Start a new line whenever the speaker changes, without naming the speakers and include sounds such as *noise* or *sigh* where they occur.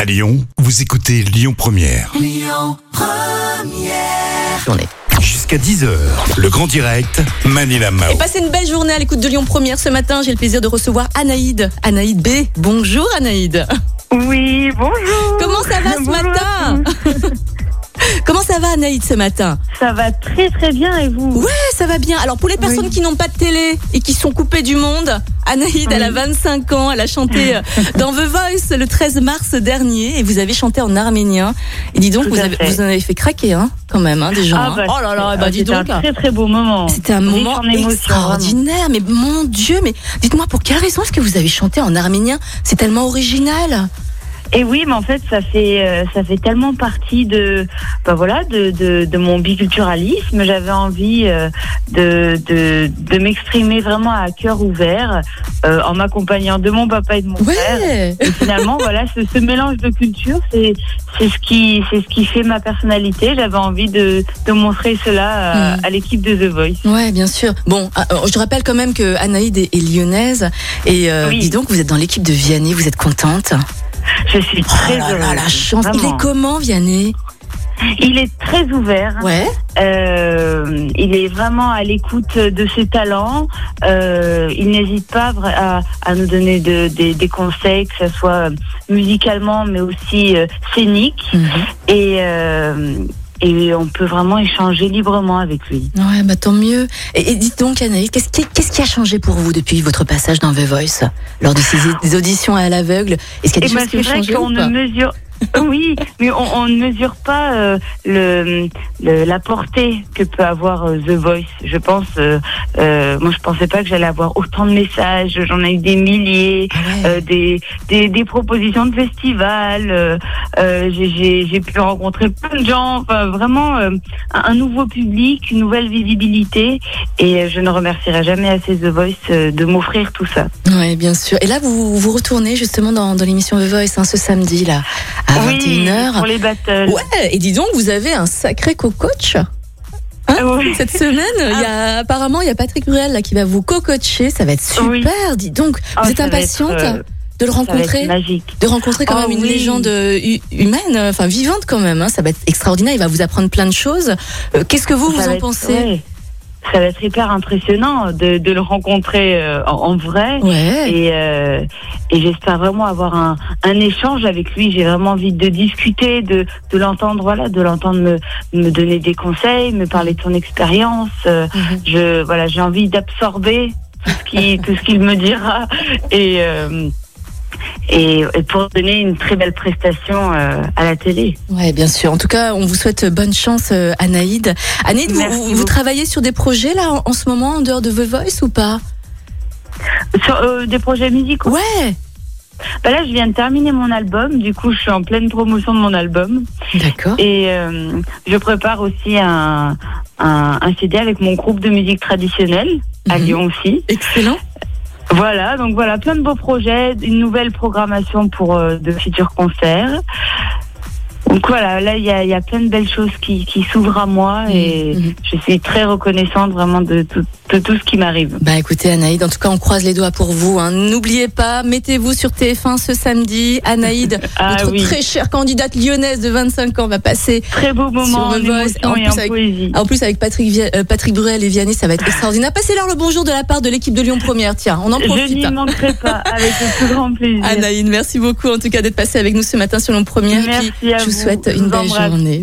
À Lyon, vous écoutez Lyon Première.
Journée.
Jusqu'à 10h, le grand direct, Manila Mao.
Et passez une belle journée à l'écoute de Lyon Première ce matin. J'ai le plaisir de recevoir Anaïde. Anaïde B. Bonjour Anaïde.
Oui, bonjour.
Comment ça va ce
Bonjour à
matin
tous.
*laughs* Comment ça va Anaïde ce matin
Ça va très très bien et vous
Ouais, ça va bien. Alors pour les personnes
Oui.
qui n'ont pas de télé et qui sont coupées du monde, Anaïde, elle a 25 ans, elle a chanté
*laughs*
euh, dans The Voice le 13 mars dernier et vous avez chanté en arménien. Et dis donc,
Tout
vous
à
avez,
fait.
vous en avez fait craquer hein, quand même hein, des gens. hein.
bah,
oh là là,
c'était-
bah dis
c'était
donc.
un très très beau moment.
C'était un
Riche
moment
en émotions,
extraordinaire, mais mon Dieu, mais dites-moi pour quelle raison est-ce que vous avez chanté en arménien C'est tellement original.
Et oui, mais en fait, ça fait euh, ça fait tellement partie de bah voilà de, de, de mon biculturalisme. J'avais envie euh, de, de, de m'exprimer vraiment à cœur ouvert, euh, en m'accompagnant de mon papa et de
*laughs*
mon frère.
Ouais.
Et finalement, voilà, ce, ce mélange de cultures, c'est c'est ce qui c'est ce qui fait ma personnalité. J'avais envie de, de montrer cela à,
Mm.
à l'équipe de The Voice.
Ouais, bien sûr. Bon, ah, oh, je rappelle quand même que Anaïde est, est lyonnaise et euh,
Oui.
dis donc vous êtes dans l'équipe de Vianney, vous êtes contente
Je suis
Oh
très
là là,
heureuse,
la chance. Il
vraiment.
est comment Vianney
Il est très ouvert.
Ouais.
Euh, il est vraiment à l'écoute de ses talents. Euh, il n'hésite pas vra- à, à nous donner de- des- des conseils, que ce soit musicalement, mais aussi euh, scénique.
Mhm.
Et, euh, et on peut vraiment échanger librement avec lui.
Ouais, bah tant mieux. Et, et dites donc Anaïde, qu'est-ce qui, qu'est-ce qui a changé pour vous depuis votre passage dans The Voice lors de ces des auditions à l'aveugle Est-ce qu'il y a
Eh
des
ben,
choses qui ont
c'est vrai
changé
qu'on
ou
ne
pas
mesure. *laughs* Oui, mais on, on ne mesure pas euh, le, le- la portée que peut avoir euh, The Voice. Je pense, euh, euh, moi, je pensais pas que j'allais avoir autant de messages. J'en ai eu des milliers,
Ah ouais.
euh, des, des des propositions de festivals. euh, euh, j'ai- j'ai j'ai pu rencontrer plein de gens. Enfin, vraiment euh, un un nouveau public, une nouvelle visibilité. Et euh, je ne remercierai jamais assez The Voice euh, de m'offrir tout ça.
Oui, bien sûr. Et là, vous vous retournez justement dans, dans l'émission The Voice hein, ce samedi là à
oui,
21h.
pour les battles.
Ouais. Et dis donc, vous avez un sacré co-coach
*laughs* Ouais.
cette semaine. Il y a apparemment il y a Patrick Bruel là qui va vous co-coacher. Ça va être super.
Ah. Oui.
Dis donc,
Ah,
vous êtes
ça va
impatiente
être, euh,
de le
ça va être
rencontrer,
magique.
de rencontrer quand
Ah
même une
oui.
légende euh, hu- humaine, euh, enfin vivante quand même. hein. Ça va être extraordinaire. Il va vous apprendre plein de choses. Euh, Qu'est-ce que vous
Ça
vous
va
en
être-
pensez
ouais. Ça va être hyper impressionnant de, de le rencontrer euh, en, en vrai.
Ouais.
Et, euh, et j'espère vraiment avoir un, un échange avec lui. J'ai vraiment envie de discuter, de, de l'entendre, voilà, de l'entendre me, me donner des conseils, me parler de son expérience. Euh,
Mhm.
Je voilà, j'ai envie d'absorber tout ce qui tout ce qu'il me dira et, euh, et et pour donner une très belle prestation euh, à la télé.
Ouais, bien sûr. En tout cas, on vous souhaite bonne chance, euh, Anaïde. Anaïde, vous,
Merci
vous, vous
beaucoup.
travaillez sur des projets là en, en ce moment en dehors de The Voice ou pas
Sur euh, des projets musicaux.
Ouais.
Bah là, je viens de terminer mon album. Du coup, je suis en pleine promotion de mon album.
D'accord.
Et euh, je prépare aussi un, un, un CD avec mon groupe de musique traditionnelle à
Mhm.
Lyon aussi.
Excellent.
Voilà, donc voilà, plein de beaux projets, une nouvelle programmation pour euh, de futurs concerts. Donc voilà, là, il y a, il y a plein de belles choses qui, qui s'ouvrent à moi et
Mhm.
je suis très reconnaissante vraiment de tout, de tout ce qui m'arrive.
Bah écoutez Anaïde, en tout cas on croise les doigts pour vous. hein. N'oubliez pas, mettez-vous sur TF1 ce samedi. Anaïde,
*laughs* Ah
notre
oui, très,
très chère candidate lyonnaise de 25 ans, va passer.
beau moment
The
en
Voice,
émotion
en
et
plus
en
avec-
poésie.
Ah, En plus avec Patrick, Vi- euh, Patrick Bruel et Vianney, ça va être extraordinaire. Passez-leur le bonjour de la part de l'équipe de Lyon Première. Tiens, on en
Je n'y
profite.
manquerai pas, avec le plus grand plaisir.
Anaïde, merci beaucoup en tout cas d'être passée avec nous ce matin sur Lyon Première. Et puis,
Merci à
je vous
vous.
souhaite
Je
une
vous
belle
embrasse.
journée.